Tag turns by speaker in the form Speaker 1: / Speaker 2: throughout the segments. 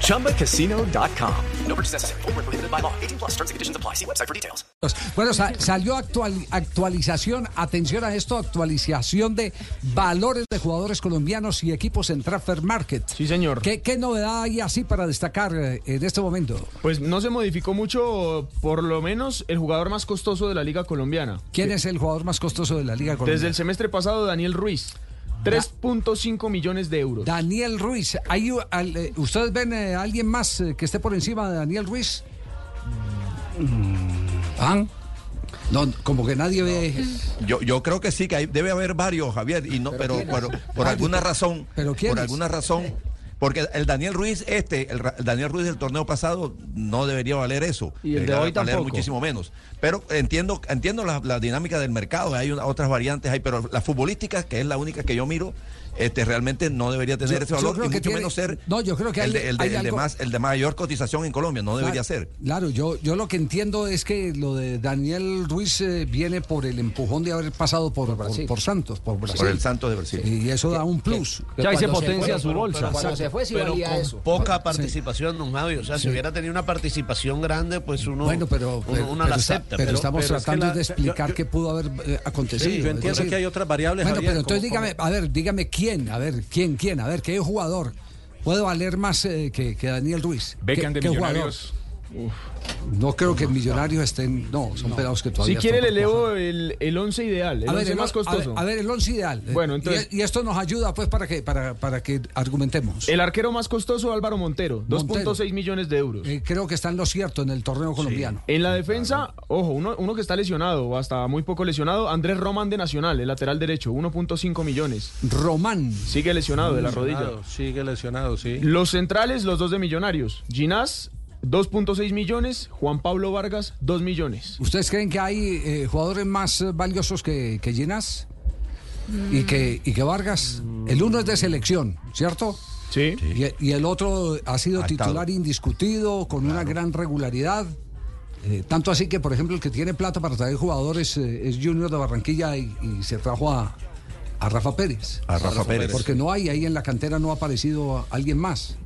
Speaker 1: ChumbaCasino.com. No purchase necessary. Void where prohibited by law. 18 plus terms and conditions apply. See website for details.
Speaker 2: Bueno, sa- salió actual- actualización, atención a esto, actualización de valores de jugadores colombianos y equipos en Transfer Market.
Speaker 3: Sí, señor.
Speaker 2: ¿Qué, qué novedad hay así para destacar eh, en este momento?
Speaker 3: Pues no se modificó mucho, por lo menos el jugador más costoso de la Liga Colombiana.
Speaker 2: ¿Quién es el jugador más costoso de la Liga
Speaker 3: Desde
Speaker 2: Colombiana?
Speaker 3: el semestre pasado, Daniel Ruiz. 3.5 millones de euros.
Speaker 2: Daniel Ruiz. ¿Hay, u- al- eh, ¿Ustedes ven eh, a alguien más eh, que esté por encima de Daniel Ruiz? ¿Ah? No, como que nadie ve.
Speaker 4: Yo, yo creo que sí, que hay- debe haber varios, Javier, y no, pero, por, por alguna razón,
Speaker 2: ¿Pero quiénes?
Speaker 4: por alguna razón, porque el Daniel Ruiz, este, el, Ra- el Daniel Ruiz del torneo pasado no debería valer eso,
Speaker 3: Y el de
Speaker 4: debería
Speaker 3: hoy
Speaker 4: valer
Speaker 3: tampoco.
Speaker 4: muchísimo menos. Pero entiendo, entiendo la, la dinámica del mercado, hay una- otras variantes, hay, pero las futbolísticas, que es la única que yo miro, este realmente no debería tener
Speaker 2: Yo-
Speaker 4: ese
Speaker 2: yo
Speaker 4: valor, y
Speaker 2: creo
Speaker 4: mucho
Speaker 2: que tiene-
Speaker 4: menos ser
Speaker 2: no, yo creo que
Speaker 4: el,
Speaker 2: hay-
Speaker 4: de, el de-
Speaker 2: hay
Speaker 4: el de
Speaker 2: algo-
Speaker 4: más, el de mayor cotización en Colombia, no debería ser.
Speaker 2: Claro, yo, yo lo que entiendo es que lo de Daniel Ruiz eh, viene por el empujón de haber pasado por, por, por Santos, por Brasil.
Speaker 4: Por el Santos de Brasil.
Speaker 2: Y eso da un plus.
Speaker 5: Ya ahí se
Speaker 6: Cuando
Speaker 5: potencia
Speaker 6: fue,
Speaker 5: su
Speaker 6: pero-
Speaker 5: bolsa.
Speaker 6: Pero cuando se fue, sí
Speaker 5: Pero
Speaker 6: valía
Speaker 5: con
Speaker 6: eso.
Speaker 7: Poca participación, don Javi. O sea, si hubiera tenido una participación grande, pues uno,
Speaker 2: Bueno, pero,
Speaker 7: uno,
Speaker 2: pero,
Speaker 7: uno
Speaker 2: pero
Speaker 7: la
Speaker 2: está-
Speaker 7: acepta.
Speaker 2: pero estamos
Speaker 7: pero es que
Speaker 2: tratando
Speaker 7: la-
Speaker 2: de explicar
Speaker 7: yo- yo-
Speaker 2: qué pudo haber eh, acontecido.
Speaker 7: Sí, yo
Speaker 2: es
Speaker 7: entiendo que hay otras variables,
Speaker 2: Bueno,
Speaker 7: Javier,
Speaker 2: pero entonces
Speaker 7: como-
Speaker 2: dígame, a ver, dígame quién, a ver, quién, quién, a ver, qué jugador puede valer más eh, que, que Daniel Ruiz.
Speaker 8: Beckham
Speaker 2: ¿Qué-
Speaker 8: de
Speaker 2: qué jugador?
Speaker 8: Millonarios.
Speaker 2: No creo que Millonarios estén. No, son pedados que
Speaker 3: Si
Speaker 2: todavía.
Speaker 3: quiere,
Speaker 2: están
Speaker 3: le
Speaker 2: por
Speaker 3: leo
Speaker 2: cuajar.
Speaker 3: el, el once ideal, el
Speaker 2: A ver,
Speaker 3: once
Speaker 2: el-
Speaker 3: más
Speaker 2: a ver,
Speaker 3: costoso.
Speaker 2: A ver, el once ideal. Eh,
Speaker 3: Bueno, entonces-
Speaker 2: Y, y esto nos ayuda, pues, para que, para, para que argumentemos.
Speaker 3: El arquero más costoso, Álvaro Montero,
Speaker 2: Montero.
Speaker 3: 2.6 millones de euros.
Speaker 2: Eh, creo que está en lo cierto en el torneo colombiano.
Speaker 3: En la defensa, ojo, uno, uno que está lesionado, o hasta muy poco lesionado, Andrés Román de Nacional, el lateral derecho, 1.5 millones.
Speaker 2: Román.
Speaker 3: Sigue lesionado de la rodilla.
Speaker 7: Lesionado, Sigue lesionado, sí.
Speaker 3: Los centrales, los dos de Millonarios. Ginás, 2.6 millones. Juan Pablo Vargas, 2 millones.
Speaker 2: ¿Ustedes creen que hay eh, jugadores más eh, valiosos que, que Ginás? Y, que, y que Vargas? El uno es de selección, ¿cierto?
Speaker 3: Sí.
Speaker 2: Y, y el otro ha sido
Speaker 4: Ha estado.
Speaker 2: titular indiscutido, con una gran regularidad. Eh, tanto así que, por ejemplo, el que tiene plata para traer jugadores eh, es Junior de Barranquilla y, y se trajo a, a Rafa Pérez.
Speaker 4: A Rafa Pérez.
Speaker 2: Porque no hay, ahí en la cantera no ha aparecido alguien más.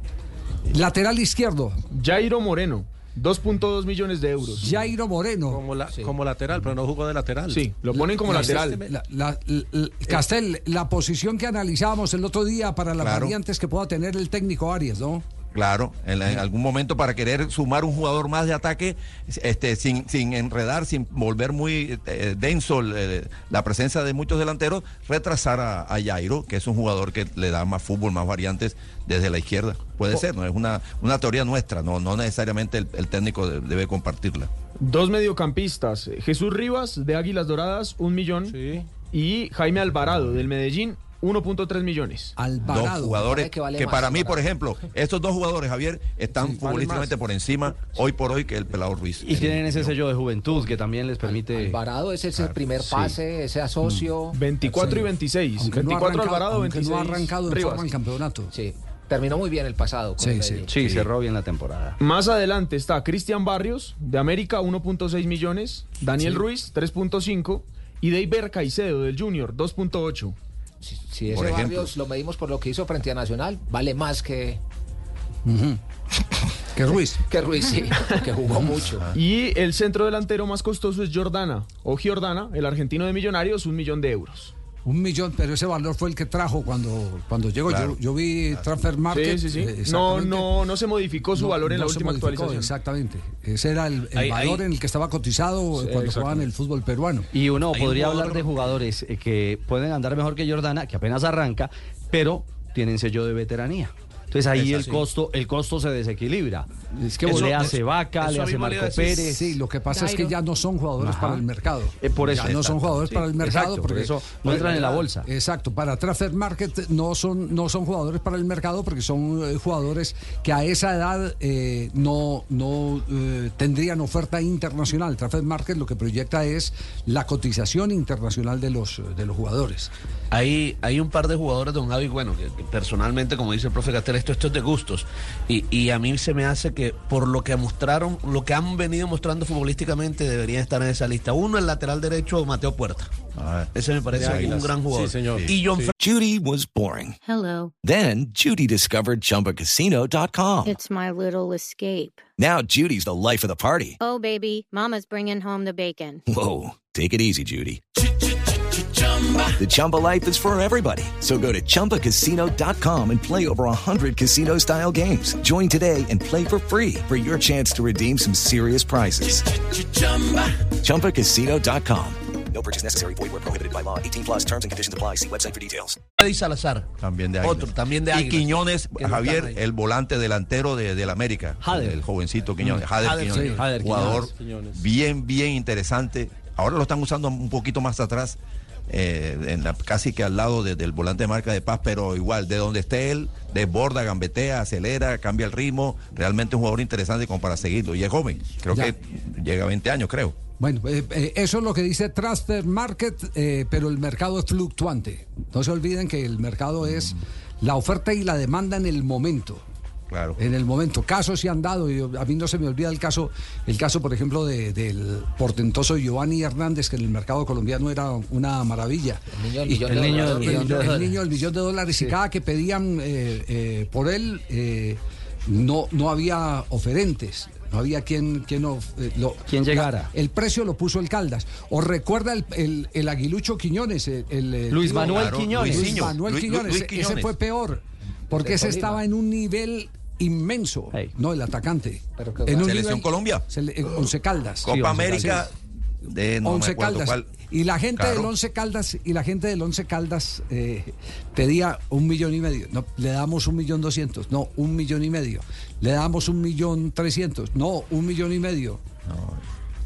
Speaker 2: Lateral izquierdo,
Speaker 3: Jairo Moreno, 2.2 millones de euros.
Speaker 2: Jairo Moreno.
Speaker 7: Como, la, como lateral, pero no jugó de lateral.
Speaker 3: Sí, lo ponen como
Speaker 7: La-
Speaker 3: lateral.
Speaker 2: La- la- la- la- Castel, la posición que analizábamos el otro día para las
Speaker 4: Claro.
Speaker 2: variantes que pueda tener el técnico Arias, ¿no?
Speaker 4: Claro, en, la- en algún momento para querer sumar un jugador más de ataque, este, sin, sin enredar, sin volver muy eh, denso el, eh, la presencia de muchos delanteros, retrasar a, a Jairo, que es un jugador que le da más fútbol, más variantes desde la izquierda. Puede
Speaker 6: Oh.
Speaker 4: ser, no es una, una teoría nuestra, no, no necesariamente el, el técnico de- debe compartirla.
Speaker 3: Dos mediocampistas. Jesús Rivas, de Águilas Doradas, 1 millón.
Speaker 7: Sí.
Speaker 3: Y Jaime Alvarado, del Medellín, 1.3 millones.
Speaker 4: dos
Speaker 2: Alvarado.
Speaker 4: jugadores que,
Speaker 6: parece que vale más,
Speaker 4: para mí,
Speaker 6: Alvarado.
Speaker 4: por ejemplo, estos dos jugadores, Javier, están futbolísticamente por encima hoy por hoy que el pelado Ruiz.
Speaker 5: Y
Speaker 4: En-
Speaker 5: tienen ese sello de juventud que también les permite. Mm.
Speaker 6: Alvarado ese es el primer pase, ese asocio.
Speaker 3: 24 y 26.
Speaker 2: Aunque no ha
Speaker 3: 24
Speaker 2: arrancado-
Speaker 3: Alvarado,
Speaker 2: aunque
Speaker 3: 26
Speaker 2: no ha arrancado en
Speaker 3: Rivas.
Speaker 2: forma el campeonato.
Speaker 6: Sí, terminó muy bien el pasado. con
Speaker 2: Sí,
Speaker 6: el
Speaker 2: sí.
Speaker 6: Medellín.
Speaker 5: sí, cerró bien la temporada.
Speaker 3: Más adelante está Cristian Barrios, de América, 1.6 millones. Daniel Ruiz, 3.5. Y Deiber Caicedo, del Junior, 2.8.
Speaker 6: Si, si ese
Speaker 4: Por ejemplo.
Speaker 6: Barrios lo medimos por lo que hizo frente a Nacional, vale más que,
Speaker 2: Que Ruiz.
Speaker 6: que Ruiz, sí, que jugó mucho.
Speaker 3: Y el centro delantero más costoso es Jordana, o Giordana, el argentino de Millonarios, un millón de euros.
Speaker 2: Un millón, pero ese valor fue el que trajo cuando, cuando llegó.
Speaker 4: Claro.
Speaker 2: Yo, yo vi Transfer Market.
Speaker 3: Sí, sí, sí.
Speaker 2: eh,
Speaker 3: No,
Speaker 2: exactamente.
Speaker 3: no, no se modificó su
Speaker 2: No,
Speaker 3: valor en
Speaker 2: no
Speaker 3: la
Speaker 2: se
Speaker 3: última
Speaker 2: modificó,
Speaker 3: actualización.
Speaker 2: Exactamente. Ese era el, el
Speaker 7: Ahí-
Speaker 2: valor
Speaker 7: ahí-
Speaker 2: en el que estaba cotizado eh, cuando jugaban el fútbol peruano.
Speaker 5: Y uno
Speaker 7: Hay un
Speaker 5: podría
Speaker 7: jugador-
Speaker 5: hablar de jugadores eh, que pueden andar mejor que Jordana, que apenas arranca, pero tienen sello de veteranía. Entonces ahí
Speaker 7: Es
Speaker 5: el
Speaker 7: así.
Speaker 5: costo, el costo se desequilibra.
Speaker 2: Es que
Speaker 5: le
Speaker 7: Eso-
Speaker 5: hace
Speaker 7: eso-
Speaker 5: Vaca, le
Speaker 7: eso
Speaker 5: hace
Speaker 7: mismo le iba a
Speaker 5: Marco
Speaker 7: decir.
Speaker 5: Pérez.
Speaker 2: Sí, lo que pasa es que
Speaker 5: Jairo.
Speaker 2: ya no son jugadores
Speaker 5: Ajá.
Speaker 2: para el mercado.
Speaker 5: Eh, por eso,
Speaker 2: ya no son
Speaker 5: exacto,
Speaker 2: jugadores
Speaker 5: sí,
Speaker 2: para el mercado.
Speaker 5: exacto, por
Speaker 2: porque,
Speaker 5: eso no entran en la bolsa.
Speaker 2: Exacto, para Transfer Market no son, no son jugadores para el mercado porque son eh, jugadores que a esa edad eh, no, no eh, tendrían oferta internacional. Transfer Market lo que proyecta es la cotización internacional de los, eh, de los jugadores.
Speaker 7: Hay, hay un par de jugadores, don Javi, bueno, que, que personalmente, como dice el profe Castel, esto, esto es de gustos. Y, y a mí se me hace que por lo que mostraron, lo que han venido mostrando futbolísticamente, deberían estar en esa lista. Uno, el lateral derecho, Mateo Puerta.
Speaker 4: Ah,
Speaker 7: Ese me parece un gran jugador. Y John
Speaker 8: Judy was boring.
Speaker 9: Hello.
Speaker 8: Then Judy discovered ChumbaCasino.com.
Speaker 9: It's my little escape.
Speaker 8: Now Judy's the life of the party.
Speaker 9: Oh, baby, Mama's bringing home the bacon.
Speaker 8: Whoa, take it easy, Judy. The Chumba life is for everybody. So go to ChumbaCasino.com and play over 100 casino style games. Join today and play for free for your chance to redeem some serious prizes. ChumbaCasino.com. No purchase necessary. Void where prohibited by law. 18 plus terms and conditions apply. See website for details.
Speaker 7: Freddy Salazar.
Speaker 4: También de Águilas.
Speaker 7: Otro, también de
Speaker 4: Y
Speaker 7: Águilas.
Speaker 4: Quiñones,
Speaker 7: Que no
Speaker 4: Javier,
Speaker 7: están ahí.
Speaker 4: el volante delantero de, del América.
Speaker 5: Hader.
Speaker 4: El jovencito Quiñones. Jader
Speaker 7: Hader,
Speaker 4: Quiñones.
Speaker 5: sí. Hader
Speaker 4: jugador
Speaker 5: Quiñones.
Speaker 4: bien, bien interesante. Ahora lo están usando un poquito más atrás, eh, en la- casi que al lado de- del volante de marca de paz, pero igual, de donde esté él, desborda, gambetea, acelera, cambia el ritmo. Realmente un jugador interesante como para seguirlo. Y es joven, creo
Speaker 2: Ya.
Speaker 4: que llega a 20 años, creo.
Speaker 2: Bueno, eh, eh, eso es lo que dice Transfer Market, eh, pero el mercado es fluctuante. No se olviden que el mercado es la oferta y la demanda en el momento.
Speaker 4: Claro.
Speaker 2: En el momento, casos se han dado, y a mí no se me olvida el caso, el caso por ejemplo de- del portentoso Giovanni Hernández, que en el mercado colombiano era una maravilla.
Speaker 6: El niño del
Speaker 2: Y-
Speaker 6: millón de
Speaker 5: niño
Speaker 2: el,
Speaker 6: dólares.
Speaker 5: del millón de
Speaker 2: el
Speaker 5: dólares.
Speaker 2: niño del millón de dólares y cada que pedían eh, eh, por él eh, no, no había oferentes, no había quien, quien, of- eh, lo-
Speaker 5: Quien llegara.
Speaker 2: el precio lo puso el Caldas. ¿O recuerda el, el- el aguilucho Quiñones? El, el, eh,
Speaker 5: Luis
Speaker 2: tío-
Speaker 5: Manuel
Speaker 4: Claro,
Speaker 5: Quiñones.
Speaker 2: Luis
Speaker 4: Luisinho.
Speaker 2: Manuel
Speaker 4: Luis-
Speaker 2: Quiñones.
Speaker 4: Luis
Speaker 2: Ese- Ese
Speaker 4: Quiñones.
Speaker 2: fue peor, porque
Speaker 6: De
Speaker 2: ese
Speaker 6: Tolima.
Speaker 2: estaba en un nivel inmenso.
Speaker 5: Ey.
Speaker 2: No, el atacante.
Speaker 6: Pero qué
Speaker 2: En
Speaker 6: bueno.
Speaker 2: un
Speaker 4: Selección Colombia.
Speaker 2: Se le- eh, Once Caldas.
Speaker 4: Copa
Speaker 5: Sí, Once
Speaker 4: América.
Speaker 5: Caldas.
Speaker 4: De, no me
Speaker 2: Once
Speaker 4: acuerdo
Speaker 2: Caldas.
Speaker 4: cuál.
Speaker 2: Y la gente del
Speaker 4: Claro.
Speaker 2: Once Caldas, y la gente del Once Caldas eh, pedía un millón y medio. No, le damos un millón doscientos. No, un millón y medio. Le damos un millón trescientos. No, un millón y medio.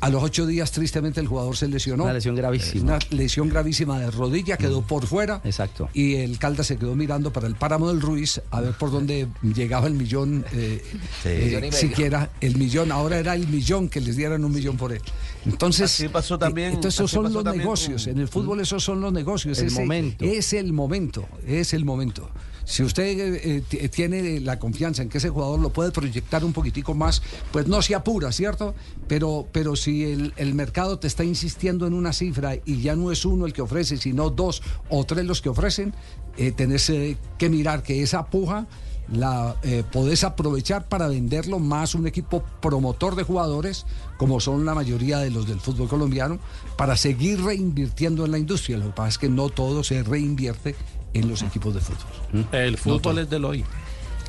Speaker 2: A los ocho días, tristemente, el jugador se lesionó.
Speaker 5: Una lesión gravísima.
Speaker 2: Una lesión gravísima de rodilla, quedó
Speaker 4: Mm.
Speaker 2: por fuera.
Speaker 5: Exacto.
Speaker 2: Y el Caldas se quedó mirando para el páramo del Ruiz a ver por dónde llegaba el millón, eh, eh,
Speaker 6: Millón y medio.
Speaker 2: siquiera el millón. Ahora era el millón que les dieran un millón por él. Entonces, eh,
Speaker 7: Así pasó también-
Speaker 2: entonces esos
Speaker 7: así
Speaker 2: son
Speaker 7: pasó
Speaker 2: los
Speaker 7: también
Speaker 2: negocios.
Speaker 7: con-
Speaker 2: En el fútbol esos son los negocios.
Speaker 5: El
Speaker 2: Ese-
Speaker 5: momento.
Speaker 2: Es el momento. Es el momento. Si usted eh, t- tiene la confianza en que ese jugador lo puede proyectar un poquitico más, pues no se apura, ¿cierto? Pero, pero si el, el mercado te está insistiendo en una cifra y ya no es uno el que ofrece, sino dos o tres los que ofrecen, eh, tenés eh, que mirar que esa puja la eh, podés aprovechar para venderlo más un equipo promotor de jugadores, como son la mayoría de los del fútbol colombiano, para seguir reinvirtiendo en la industria. Lo que pasa es que no todo se reinvierte en los equipos de fútbol.
Speaker 10: El fútbol es del hoy.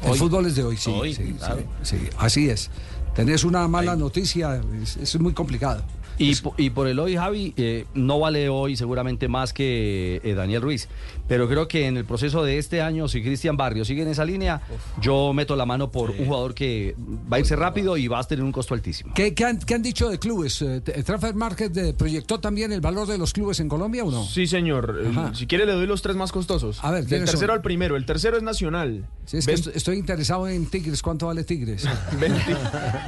Speaker 2: El fútbol es de hoy, sí.
Speaker 10: Hoy,
Speaker 2: sí,
Speaker 10: claro.
Speaker 2: sí, sí, así es. Tenés una mala noticia, es, es muy complicado.
Speaker 5: Y, po- y por el hoy, Javi, eh, no vale hoy seguramente más que eh, Daniel Ruiz. Pero creo que en el proceso de este año, si Cristian Barrio sigue en esa línea, yo meto la mano por un jugador que va a irse rápido y va a tener un costo altísimo.
Speaker 2: ¿Qué, qué han, qué han dicho de clubes? Eh, t- ¿Transfer Market eh, proyectó también el valor de los clubes en Colombia o no?
Speaker 3: Sí, señor. Eh,
Speaker 2: Ajá.
Speaker 3: Si quiere, le doy los tres más costosos.
Speaker 2: A ver,
Speaker 3: Del
Speaker 2: ¿quiénes
Speaker 3: tercero
Speaker 2: son?
Speaker 3: al primero. El tercero es Nacional.
Speaker 2: Sí, es que
Speaker 3: Ven-
Speaker 2: est- estoy interesado en Tigres. ¿Cuánto vale Tigres?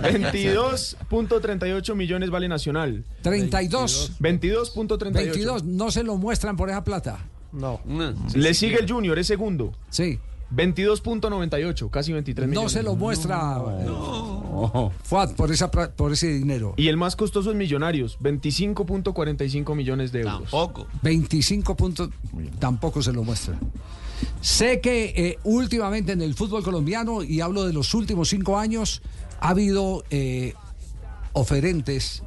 Speaker 3: 20 22.38 millones vale Nacional.
Speaker 2: 32.
Speaker 3: 22.38.
Speaker 2: 22. No se lo muestran por esa plata.
Speaker 7: No.
Speaker 3: Le sigue el Junior, es segundo.
Speaker 2: Sí.
Speaker 3: 22.98, casi 23
Speaker 2: No
Speaker 3: millones.
Speaker 2: se lo muestra eh, Fuad por, esa, pra- por ese dinero.
Speaker 3: Y el más costoso es Millonarios, 25.45 millones de euros.
Speaker 7: Tampoco.
Speaker 2: 25 puntos tampoco se lo muestra. Sé que eh, últimamente en el fútbol colombiano, y hablo de los últimos cinco años, ha habido eh, oferentes,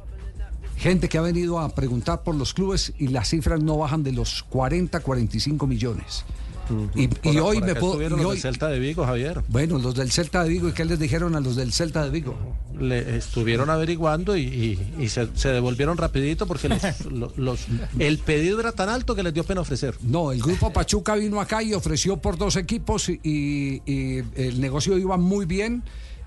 Speaker 2: gente que ha venido a preguntar por los clubes y las cifras no bajan de los 40, 45 millones. Y, y
Speaker 7: Por-
Speaker 2: hoy
Speaker 7: por
Speaker 2: me
Speaker 7: acá
Speaker 2: puedo.
Speaker 7: Estuvieron
Speaker 2: y
Speaker 7: los
Speaker 2: hoy-
Speaker 7: del Celta de Vigo, Javier.
Speaker 2: bueno, los del Celta de Vigo, ¿y qué les dijeron a los del Celta de Vigo?
Speaker 7: Le estuvieron averiguando y, y- y se, se devolvieron rapidito porque los- lo- los- el pedido era tan alto que les dio pena ofrecer.
Speaker 2: No, el grupo Pachuca vino acá y ofreció por dos equipos y, y- y el negocio iba muy bien,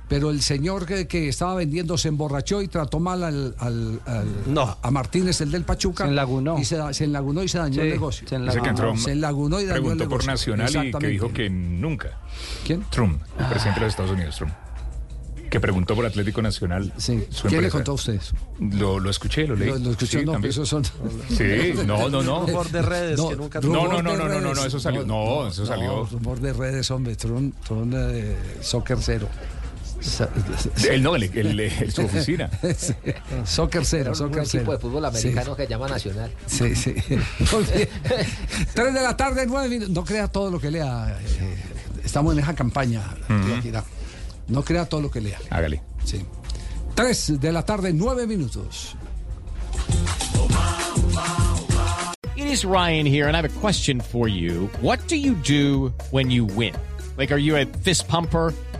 Speaker 2: pero el señor que, que estaba vendiendo se emborrachó y trató mal al, al- al-
Speaker 7: No.
Speaker 2: a, a Martínez, el del Pachuca.
Speaker 11: Se enlagunó.
Speaker 2: Y se, da- se enlagunó y se dañó
Speaker 11: Sí,
Speaker 2: el negocio.
Speaker 11: se enlagunó. Ese que
Speaker 3: entró-
Speaker 2: Se enlagunó y dañó el
Speaker 3: Preguntó
Speaker 2: negocio.
Speaker 3: por Nacional y que
Speaker 2: Exactamente.
Speaker 3: dijo que nunca.
Speaker 2: ¿Quién?
Speaker 3: Trump, el presidente de los Estados Unidos, Trump. Que preguntó por Atlético Nacional.
Speaker 2: Sí.
Speaker 3: su
Speaker 2: ¿Quién le
Speaker 3: empresa.
Speaker 2: contó a usted eso?
Speaker 3: Lo, lo escuché, lo leí.
Speaker 2: Lo, lo escuchó,
Speaker 3: Sí,
Speaker 2: no,
Speaker 3: también.
Speaker 2: eso son...
Speaker 3: Sí, no, no, no.
Speaker 7: Rumor de redes que nunca tuvo.
Speaker 3: No,
Speaker 2: rumor
Speaker 3: no, no,
Speaker 2: de
Speaker 3: no, no, no,
Speaker 2: redes.
Speaker 3: eso salió. No, eso salió.
Speaker 2: rumor de redes, hombre, Tron, Tron eh, Soccer Cero. Sa-
Speaker 3: Él no, el, el- el- su oficina.
Speaker 2: Sí, Soccer cero,
Speaker 6: Un
Speaker 2: soccer
Speaker 6: equipo
Speaker 2: cero.
Speaker 6: de fútbol
Speaker 2: Sí,
Speaker 6: americano que se llama Nacional.
Speaker 2: Sí, sí. Muy bien. Tres de la tarde, nueve minutos. No crea todo lo que lea. eh, Estamos en esa campaña. Tibaquirá. No crea todo lo que lea.
Speaker 3: Hágale.
Speaker 2: Sí. Tres de la tarde, nueve minutos.
Speaker 5: It is Ryan here, and I have a question for you. What do you do when you win? Like, are you a fist pumper?